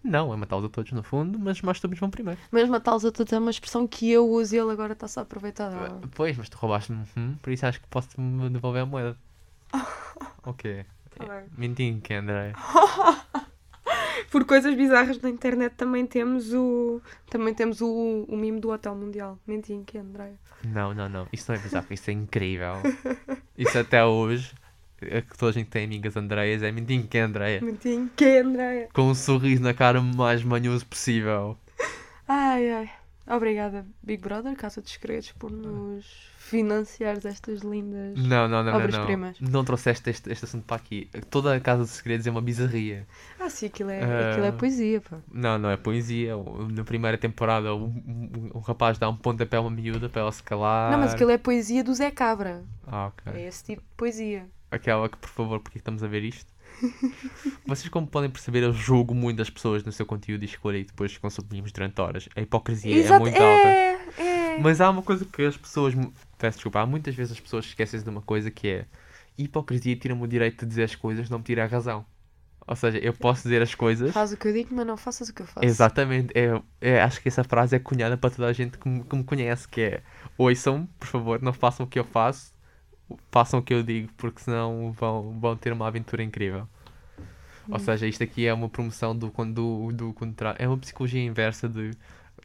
[SPEAKER 2] Não, é matá-los a todos no fundo, mas os mais estúpidos vão primeiro.
[SPEAKER 3] Mas matá-los a todos é uma expressão que eu uso e ele agora está-se a aproveitar dela.
[SPEAKER 2] Pois, mas tu roubaste-me, hum, por isso acho que posso-me devolver a moeda. ok.
[SPEAKER 3] Tá bem.
[SPEAKER 2] Mentinho que André.
[SPEAKER 3] Por coisas bizarras na internet também temos o. Também temos o, o mimo do Hotel Mundial. Mentinho que é, Andréia.
[SPEAKER 2] Não, não, não. Isso não é bizarro, isso é incrível. Isso até hoje, é que toda a gente tem amigas Andreias, é mentinho que Andréia.
[SPEAKER 3] Mentinho que é, Andréia.
[SPEAKER 2] Com um sorriso na cara o mais manhoso possível.
[SPEAKER 3] Ai, ai. Obrigada, Big Brother, Casa dos Segredos, por nos financiar estas lindas.
[SPEAKER 2] Não, não, não, não. Não,
[SPEAKER 3] Obras-primas.
[SPEAKER 2] não trouxeste este, este assunto para aqui. Toda a Casa dos Segredos é uma bizarria.
[SPEAKER 3] Ah, sim, aquilo é,
[SPEAKER 2] Ah.
[SPEAKER 3] aquilo é poesia, pá.
[SPEAKER 2] Não, não é poesia. O- Na primeira temporada, um, um- um rapaz dá um pontapé a uma miúda para ela se calar.
[SPEAKER 3] Não, mas aquilo é poesia do Zé Cabra.
[SPEAKER 2] Ah, ok.
[SPEAKER 3] É esse tipo de poesia.
[SPEAKER 2] Aquela que, por favor, porque estamos a ver isto?
[SPEAKER 3] *laughs*
[SPEAKER 2] Vocês, como podem perceber, eu julgo muito as pessoas no seu conteúdo e escolha e depois consumimos durante horas. A hipocrisia é muito alta.
[SPEAKER 3] é, é.
[SPEAKER 2] Mas há uma coisa que as pessoas. mu- Peço desculpa, há muitas vezes as pessoas esquecem de uma coisa que é hipocrisia tira-me o direito de dizer as coisas, não me tira a razão. Ou seja, eu posso dizer as coisas.
[SPEAKER 3] Faz o que eu digo, mas não faças o que eu faço.
[SPEAKER 2] Exatamente, é, é, acho que essa frase é cunhada para toda a gente que me, que me conhece, que é ouçam-me, por favor, não façam o que eu faço, façam o que eu digo, porque senão vão, vão ter uma aventura incrível.
[SPEAKER 3] Hum.
[SPEAKER 2] Ou seja, isto aqui é uma promoção do, con- do, do contrário, é uma psicologia inversa de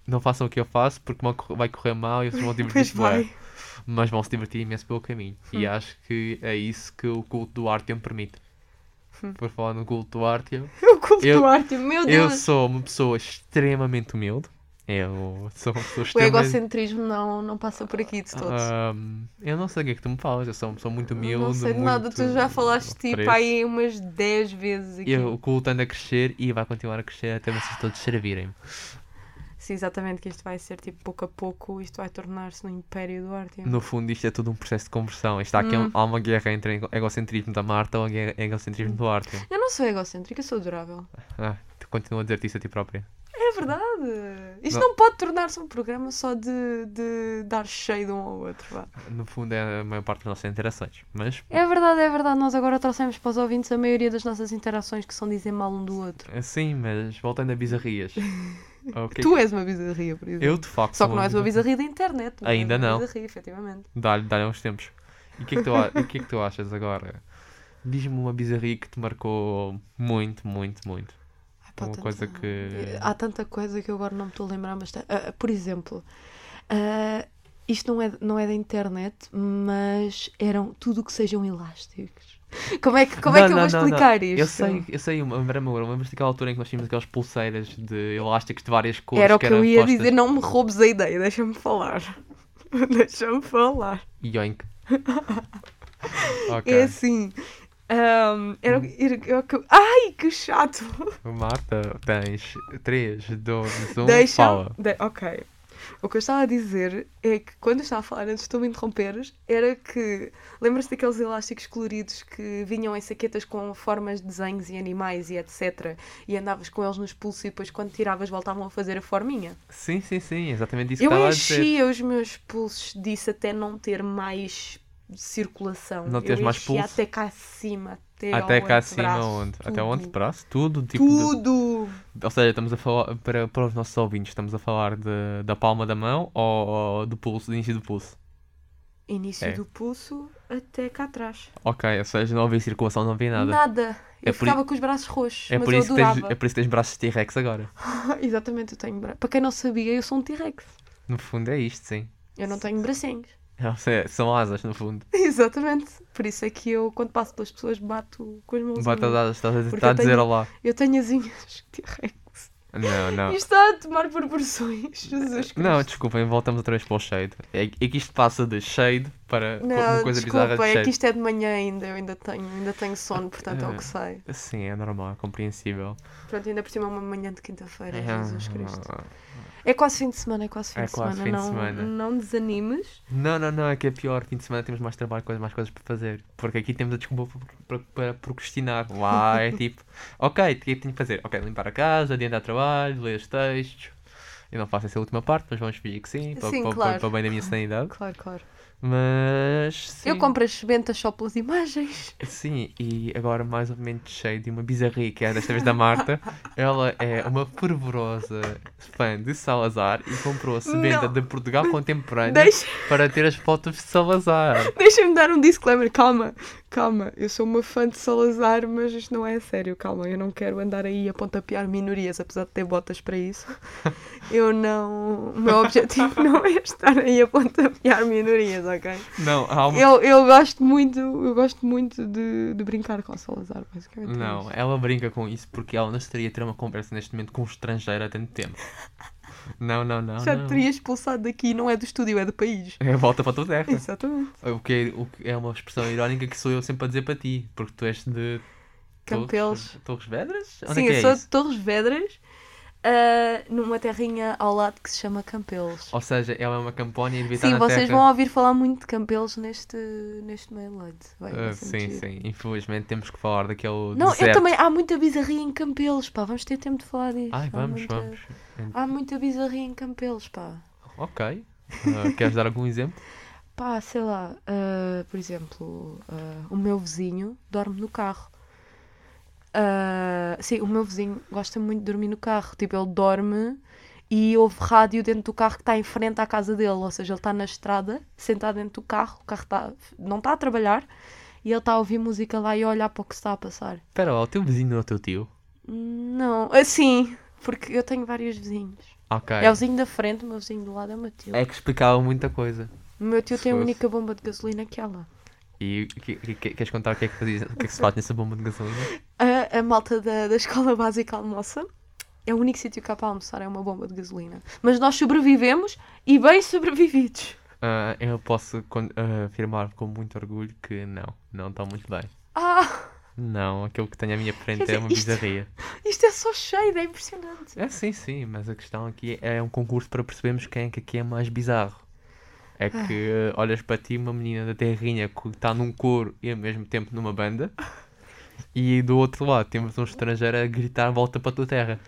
[SPEAKER 2] não façam o que eu faço porque vão correr- vai correr mal e vocês
[SPEAKER 3] *laughs*
[SPEAKER 2] vão
[SPEAKER 3] *laughs* Pois
[SPEAKER 2] divertir
[SPEAKER 3] vai. Hum.
[SPEAKER 2] bué, mas vão se divertir imenso pelo caminho. E acho que é isso que o culto do Artyom permite.
[SPEAKER 3] Hum.
[SPEAKER 2] Por falar no culto do Artyom,
[SPEAKER 3] Eu culto
[SPEAKER 2] Eu-
[SPEAKER 3] do Artem, tipo, meu
[SPEAKER 2] eu
[SPEAKER 3] Deus.
[SPEAKER 2] sou uma pessoa extremamente humilde. Eu sou uma pessoa
[SPEAKER 3] O
[SPEAKER 2] extremamente.
[SPEAKER 3] egocentrismo não, não passa por aqui
[SPEAKER 2] Ah,
[SPEAKER 3] de todos.
[SPEAKER 2] Ahm, eu não sei o que é que tu me falas, eu sou uma pessoa muito humilde.
[SPEAKER 3] não sei de nada, tu já
[SPEAKER 2] muito
[SPEAKER 3] falaste tipo
[SPEAKER 2] preço.
[SPEAKER 3] aí umas 10 vezes aqui.
[SPEAKER 2] E o culto anda a crescer e vai continuar a crescer até vocês todos servirem.
[SPEAKER 3] Sim, exatamente, que isto vai ser tipo pouco a pouco, isto vai tornar-se no império do tipo. Artem.
[SPEAKER 2] No fundo, isto é tudo um processo de conversão. Isto aqui é
[SPEAKER 3] Hum.
[SPEAKER 2] um- há uma guerra entre o egocentrismo da Marta ou o ego- egocentrismo do Arte.
[SPEAKER 3] Eu não sou egocêntrica, eu sou adorável.
[SPEAKER 2] Ah, tu continua a dizer-te isso a ti própria.
[SPEAKER 3] É verdade. Isto não,
[SPEAKER 2] Não.
[SPEAKER 3] pode tornar-se um programa só de, de dar cheio de um ao outro. Vá.
[SPEAKER 2] No fundo, é a maior parte das nossas interações. Mas,
[SPEAKER 3] É verdade, é verdade. Nós agora trouxemos para os ouvintes a maioria das nossas interações que são dizer mal um do outro.
[SPEAKER 2] sim, assim, mas voltando a
[SPEAKER 3] *laughs*
[SPEAKER 2] bizarrias. O que é
[SPEAKER 3] Tu és uma bizarria, por
[SPEAKER 2] que-
[SPEAKER 3] exemplo.
[SPEAKER 2] Eu, de facto,
[SPEAKER 3] Só
[SPEAKER 2] sou
[SPEAKER 3] que não és uma bizarria da internet. mas
[SPEAKER 2] Ainda
[SPEAKER 3] és uma
[SPEAKER 2] não.
[SPEAKER 3] Bizarria, efetivamente.
[SPEAKER 2] Dá-lhe dá uns tempos. E o que, é que tu a- e o que é que tu achas agora? Diz-me uma bizarria que te marcou muito, muito, muito.
[SPEAKER 3] Ai, pá,
[SPEAKER 2] É Uma
[SPEAKER 3] tanta-
[SPEAKER 2] coisa que-
[SPEAKER 3] Há tanta coisa que eu agora não me estou a lembrar, mas. tá- ah, ah, por exemplo, ah, isto não é, não é da internet, mas eram tudo o que sejam elásticos. *laughs* Como é que, como é
[SPEAKER 2] Não,
[SPEAKER 3] que eu
[SPEAKER 2] não,
[SPEAKER 3] vou
[SPEAKER 2] não, não.
[SPEAKER 3] explicar isto?
[SPEAKER 2] Eu sei, eu sei, eu lembro-me agora, lembro-me daquela altura em que nós tínhamos aquelas pulseiras de elásticos de várias cores.
[SPEAKER 3] Era o que eu
[SPEAKER 2] eram
[SPEAKER 3] ia
[SPEAKER 2] postas-
[SPEAKER 3] dizer, não me roubes a ideia, deixa-me falar. *laughs* deixa-me falar. *laughs*
[SPEAKER 2] Yoink.
[SPEAKER 3] É
[SPEAKER 2] ok.
[SPEAKER 3] assim. ahm, era, o- era, era o que eu- ai, que chato!
[SPEAKER 2] Marta, tens 3, 2, 1,
[SPEAKER 3] Deixa.
[SPEAKER 2] Então, fala.
[SPEAKER 3] de- ok. O que eu estava a dizer é que quando eu estava a falar, antes de tu me interromperes, era que. Lembra-se daqueles elásticos coloridos que vinham em saquetas com formas de desenhos e animais e etc. E andavas com eles nos pulsos e depois quando tiravas voltavam a fazer a forminha?
[SPEAKER 2] Sim, sim, sim, exatamente isso que
[SPEAKER 3] eu
[SPEAKER 2] estava a dizer.
[SPEAKER 3] enchia os meus pulsos disso até não ter mais circulação.
[SPEAKER 2] Não
[SPEAKER 3] Eu
[SPEAKER 2] teres mais
[SPEAKER 3] enchia
[SPEAKER 2] pulso?
[SPEAKER 3] Até cá acima. Até,
[SPEAKER 2] Até
[SPEAKER 3] ao
[SPEAKER 2] cá acima,
[SPEAKER 3] antebraço,
[SPEAKER 2] onde? Até
[SPEAKER 3] tudo.
[SPEAKER 2] onde? Braço? Tudo? Tipo de-
[SPEAKER 3] Tudo!
[SPEAKER 2] Ou seja, estamos a falar, para, para os nossos ouvintes, estamos a falar de, da palma da mão ou, ou do pulso, do início do pulso?
[SPEAKER 3] Início
[SPEAKER 2] É.
[SPEAKER 3] do pulso até cá atrás.
[SPEAKER 2] Ok, ou seja, não havia circulação, não havia nada. É
[SPEAKER 3] Eu
[SPEAKER 2] por
[SPEAKER 3] ficava com os braços roxos,
[SPEAKER 2] é,
[SPEAKER 3] mas
[SPEAKER 2] por
[SPEAKER 3] eu
[SPEAKER 2] isso que tens,
[SPEAKER 3] adorava.
[SPEAKER 2] é por isso que tens braços de T-Rex agora.
[SPEAKER 3] *laughs* Exatamente, eu tenho braços. Para quem não sabia, eu sou um T-Rex.
[SPEAKER 2] No fundo é isto, sim. É,
[SPEAKER 3] Eu não tenho *laughs* bracinhos.
[SPEAKER 2] Ou seja, São asas, no fundo.
[SPEAKER 3] Exatamente. Por isso é que eu, quando passo pelas pessoas, bato com as mãos.
[SPEAKER 2] Bata as asas, estás a,
[SPEAKER 3] Porque
[SPEAKER 2] estás a
[SPEAKER 3] eu
[SPEAKER 2] dizer
[SPEAKER 3] tenho-
[SPEAKER 2] olá.
[SPEAKER 3] Eu tenho asinhas de T-Rex.
[SPEAKER 2] Não, não.
[SPEAKER 3] *laughs* Isto é está a tomar proporções, *laughs* Jesus Cristo.
[SPEAKER 2] Não, desculpem, voltamos outra vez para o shade. É, é que isto passa de shade para
[SPEAKER 3] Não,
[SPEAKER 2] uma coisa
[SPEAKER 3] desculpa,
[SPEAKER 2] bizarra de Ah,
[SPEAKER 3] é que
[SPEAKER 2] shade.
[SPEAKER 3] isto é de manhã ainda, eu ainda tenho, ainda tenho sono, portanto é o que sai.
[SPEAKER 2] Sim, é normal, é compreensível.
[SPEAKER 3] Pronto, ainda por cima é uma manhã de quinta-feira, Jesus Cristo.
[SPEAKER 2] Ah,
[SPEAKER 3] É quase fim de semana, é quase fim,
[SPEAKER 2] É
[SPEAKER 3] de,
[SPEAKER 2] quase
[SPEAKER 3] semana.
[SPEAKER 2] fim de
[SPEAKER 3] não,
[SPEAKER 2] semana.
[SPEAKER 3] Não desanimes.
[SPEAKER 2] Não, não, não, é que é pior. Fim de semana temos mais trabalho, coisas, mais coisas para fazer. Porque aqui temos a desculpa para- para, para procrastinar. Lá *laughs* é tipo, ok, o que é que tenho que fazer? Ok, limpar a casa, adiantar trabalho, ler os textos. Eu não faço essa última parte, mas vamos fingir que sim, para,
[SPEAKER 3] Sim,
[SPEAKER 2] para- para-
[SPEAKER 3] claro.
[SPEAKER 2] para o bem da minha sanidade.
[SPEAKER 3] Claro, claro.
[SPEAKER 2] Mas. Sim,
[SPEAKER 3] Eu compro as sementas só pelas imagens.
[SPEAKER 2] Sim, e agora mais ou menos cheio de uma bizarria que é desta vez da
[SPEAKER 3] *laughs*
[SPEAKER 2] Marta. Ela é uma fervorosa fã de Salazar e comprou a sementa
[SPEAKER 3] Não.
[SPEAKER 2] de Portugal contemporâneo
[SPEAKER 3] Deixa-
[SPEAKER 2] para ter as fotos de Salazar.
[SPEAKER 3] Deixa-me dar um disclaimer, calma, calma. Eu sou uma fã de Salazar, mas isto não é a sério, calma. Eu não quero andar aí a pontapear minorias, apesar de ter botas para isso.
[SPEAKER 2] *laughs*
[SPEAKER 3] Eu não. O meu objetivo não é estar aí a pontapear minorias, ok?
[SPEAKER 2] Não, há uma...
[SPEAKER 3] Eu, eu gosto muito, eu gosto muito de, de brincar com o Salazar, basicamente. é
[SPEAKER 2] Não,
[SPEAKER 3] isto.
[SPEAKER 2] ela brinca com isso porque ela não estaria a ter uma conversa neste momento com um estrangeiro há tanto tempo. Não, não, não.
[SPEAKER 3] Já
[SPEAKER 2] não.
[SPEAKER 3] te teria expulsado daqui, não é do estúdio, é
[SPEAKER 2] *laughs*
[SPEAKER 3] do país.
[SPEAKER 2] É a volta para a tua terra.
[SPEAKER 3] Exatamente.
[SPEAKER 2] O que, é, o que é uma expressão irónica que sou eu sempre a dizer para ti, porque tu és de.
[SPEAKER 3] Campelos.
[SPEAKER 2] Torres, Torres Vedras? Onde
[SPEAKER 3] Sim,
[SPEAKER 2] é que
[SPEAKER 3] eu
[SPEAKER 2] é
[SPEAKER 3] sou
[SPEAKER 2] isso?
[SPEAKER 3] de Torres Vedras, ah, numa terrinha ao lado que se chama Campelos.
[SPEAKER 2] Ou seja, ela é uma campónia e devia estar
[SPEAKER 3] Sim,
[SPEAKER 2] na
[SPEAKER 3] vocês
[SPEAKER 2] terra.
[SPEAKER 3] vão ouvir falar muito de Campelos neste, neste meio lado. Vai, vai
[SPEAKER 2] Ah,
[SPEAKER 3] ser
[SPEAKER 2] sim,
[SPEAKER 3] muito giro.
[SPEAKER 2] sim. Infelizmente temos que falar daquele.
[SPEAKER 3] Não, eu
[SPEAKER 2] deserto.
[SPEAKER 3] também. Há muita bizarria em Campelos, pá. Vamos ter tempo de falar disto.
[SPEAKER 2] Ai,
[SPEAKER 3] Há
[SPEAKER 2] vamos,
[SPEAKER 3] muita-
[SPEAKER 2] vamos. Então,
[SPEAKER 3] Há muita bizarria em Campelos, pá.
[SPEAKER 2] Ok. Ah, queres dar algum exemplo?
[SPEAKER 3] Pá, sei lá, ah, por exemplo, ah, o meu vizinho dorme no carro. Ah, sim, o meu vizinho gosta muito de dormir no carro. Tipo, ele dorme e ouve rádio dentro do carro que está em frente à casa dele. Ou seja, ele está na estrada, sentado dentro do carro, o carro tá- não está a trabalhar e ele está a ouvir música lá e a olhar para o que se está a passar.
[SPEAKER 2] Espera lá, o teu vizinho não é o teu tio?
[SPEAKER 3] Não, assim, porque eu tenho vários vizinhos.
[SPEAKER 2] Ok.
[SPEAKER 3] É o vizinho da frente, o meu vizinho do lado é o meu tio.
[SPEAKER 2] É que explicava muita coisa.
[SPEAKER 3] O meu tio
[SPEAKER 2] se
[SPEAKER 3] tem a
[SPEAKER 2] fosse-
[SPEAKER 3] única bomba de gasolina que é lá.
[SPEAKER 2] E que- que- que- queres contar o que é que, fazia, o que é que se faz nessa bomba de gasolina?
[SPEAKER 3] A, a malta da, da escola *laughs* básica almoça. É o único sítio que há para almoçar, é uma bomba de gasolina. Mas nós sobrevivemos e bem sobrevividos.
[SPEAKER 2] Ah, eu posso con- ah, afirmar com muito orgulho que não, não está muito bem.
[SPEAKER 3] Ah,
[SPEAKER 2] Não, aquilo que tenho à minha frente
[SPEAKER 3] Quer dizer,
[SPEAKER 2] é uma
[SPEAKER 3] isto-
[SPEAKER 2] bizarria.
[SPEAKER 3] isto é só cheio, é impressionante.
[SPEAKER 2] É sim, sim, mas a questão aqui é um concurso para percebermos quem é que aqui é mais bizarro. É que ah, olhas para ti uma menina da terrinha que está num coro e ao mesmo tempo numa banda. E do outro lado temos um estrangeiro a gritar volta para a tua terra.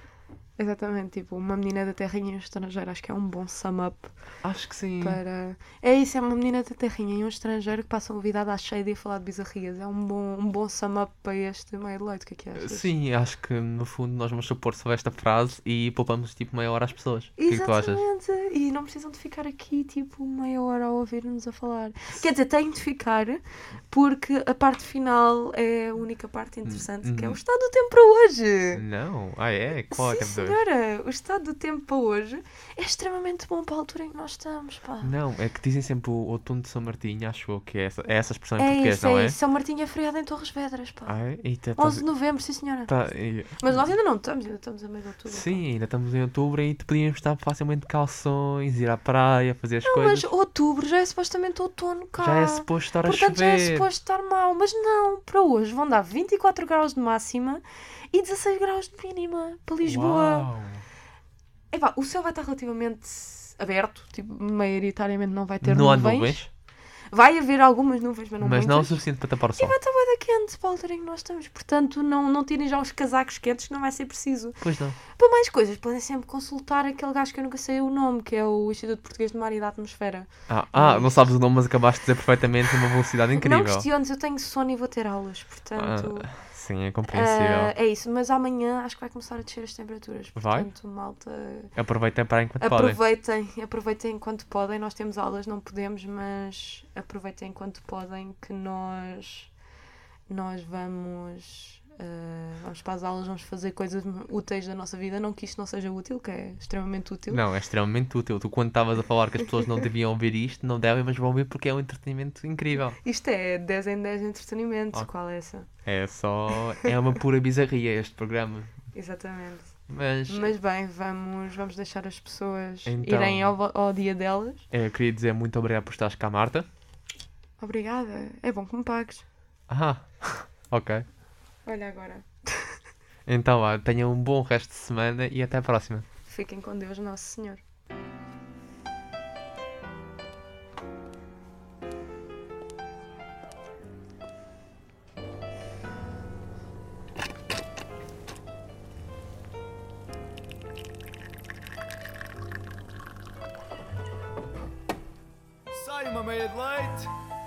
[SPEAKER 3] Exatamente, tipo, uma menina da terrinha e um estrangeiro, acho que é um bom sum-up
[SPEAKER 2] Acho que sim.
[SPEAKER 3] para... É isso, é uma menina da terrinha e um estrangeiro que passam a vida a dar cheio e a falar de bizarrias. É um bom, um bom sum-up para este meio de leite, o que é que achas?
[SPEAKER 2] Sim, acho que no fundo nós vamos supor só esta frase e poupamos tipo meia hora às pessoas. O que é que tu achas?
[SPEAKER 3] Exatamente. E não precisam de ficar aqui tipo meia hora a ouvir-nos a falar. Quer dizer, têm de ficar porque a parte final é a única parte interessante que é o
[SPEAKER 2] uhum.
[SPEAKER 3] estado do tempo para hoje.
[SPEAKER 2] Não, ah é? Qual é
[SPEAKER 3] Sim,
[SPEAKER 2] que é dois?
[SPEAKER 3] senhora, o estado do tempo para hoje é extremamente bom para a altura em que nós estamos, pá.
[SPEAKER 2] Não, é que dizem sempre o outono de São Martinho, acho eu que é essa, é essa expressão em
[SPEAKER 3] É
[SPEAKER 2] português,
[SPEAKER 3] isso,
[SPEAKER 2] não
[SPEAKER 3] é
[SPEAKER 2] é?
[SPEAKER 3] isso. São Martinho é feriado em Torres Vedras, pá.
[SPEAKER 2] Ah, é? Eita, tá-
[SPEAKER 3] 11 de novembro, sim senhora.
[SPEAKER 2] tá- e-
[SPEAKER 3] Mas nós ainda não estamos, ainda estamos a meio de outubro. pá.
[SPEAKER 2] Sim, ainda estamos em outubro e te podíamos estar facilmente de calções, ir à praia, fazer as coisas.
[SPEAKER 3] Mas outubro já é supostamente outono, cá.
[SPEAKER 2] Já é suposto estar a
[SPEAKER 3] Portanto, já é
[SPEAKER 2] chover.
[SPEAKER 3] suposto estar mal, mas não, para hoje vão dar 24 graus de máxima e 16 graus de mínima para Lisboa.
[SPEAKER 2] Uau.
[SPEAKER 3] Epá, o céu vai estar relativamente aberto, tipo, maioritariamente não vai ter
[SPEAKER 2] Não há
[SPEAKER 3] nuvens.
[SPEAKER 2] nuvens,
[SPEAKER 3] Vai haver algumas nuvens, mas não
[SPEAKER 2] mas
[SPEAKER 3] muitas.
[SPEAKER 2] não o suficiente para tapar o
[SPEAKER 3] E
[SPEAKER 2] sol.
[SPEAKER 3] vai estar bem quente para a altura em que nós estamos, portanto não, não tirem já os casacos quentes que não vai ser preciso.
[SPEAKER 2] Pois não.
[SPEAKER 3] Para mais coisas, podem sempre consultar aquele gajo que eu nunca sei o nome, que é o Instituto Português de Mar e da Atmosfera.
[SPEAKER 2] Ah, ah, não sabes o nome, mas acabaste de dizer perfeitamente numa velocidade
[SPEAKER 3] Não
[SPEAKER 2] incrível.
[SPEAKER 3] questiones, eu tenho sono e vou ter aulas, portanto...
[SPEAKER 2] Ah, sim, é
[SPEAKER 3] Ah,
[SPEAKER 2] compreensível.
[SPEAKER 3] é isso, mas amanhã acho que vai começar a descer as temperaturas.
[SPEAKER 2] Vai?
[SPEAKER 3] Portanto, malta,
[SPEAKER 2] Aproveitem para enquanto podem.
[SPEAKER 3] aproveitem, aproveitem enquanto podem. Nós temos aulas, não podemos, mas aproveitem enquanto podem que nós nós vamos ah, vamos para as aulas, vamos fazer coisas úteis da nossa vida, não que isto não seja útil, que é extremamente útil.
[SPEAKER 2] Não, é extremamente útil. Tu, quando estavas a falar que as pessoas não deviam ouvir isto, não devem, mas vão ouvir porque é um entretenimento incrível.
[SPEAKER 3] Isto é 10 em 10 de entretenimento,
[SPEAKER 2] Ok.
[SPEAKER 3] qual é essa?
[SPEAKER 2] É só. É uma pura bizarria este programa.
[SPEAKER 3] Exatamente.
[SPEAKER 2] Mas
[SPEAKER 3] Mas bem, vamos, vamos deixar as pessoas
[SPEAKER 2] Então.
[SPEAKER 3] irem ao, vo- ao dia delas.
[SPEAKER 2] eh, eu queria dizer muito obrigado por estares cá, Marta.
[SPEAKER 3] Obrigada. É bom que me pagues.
[SPEAKER 2] Ah, *laughs* ok.
[SPEAKER 3] Olha agora.
[SPEAKER 2] Então, vá, tenham um bom resto de semana e até a próxima.
[SPEAKER 3] Fiquem com Deus, Nosso Senhor.
[SPEAKER 1] Sai uma meia de leite.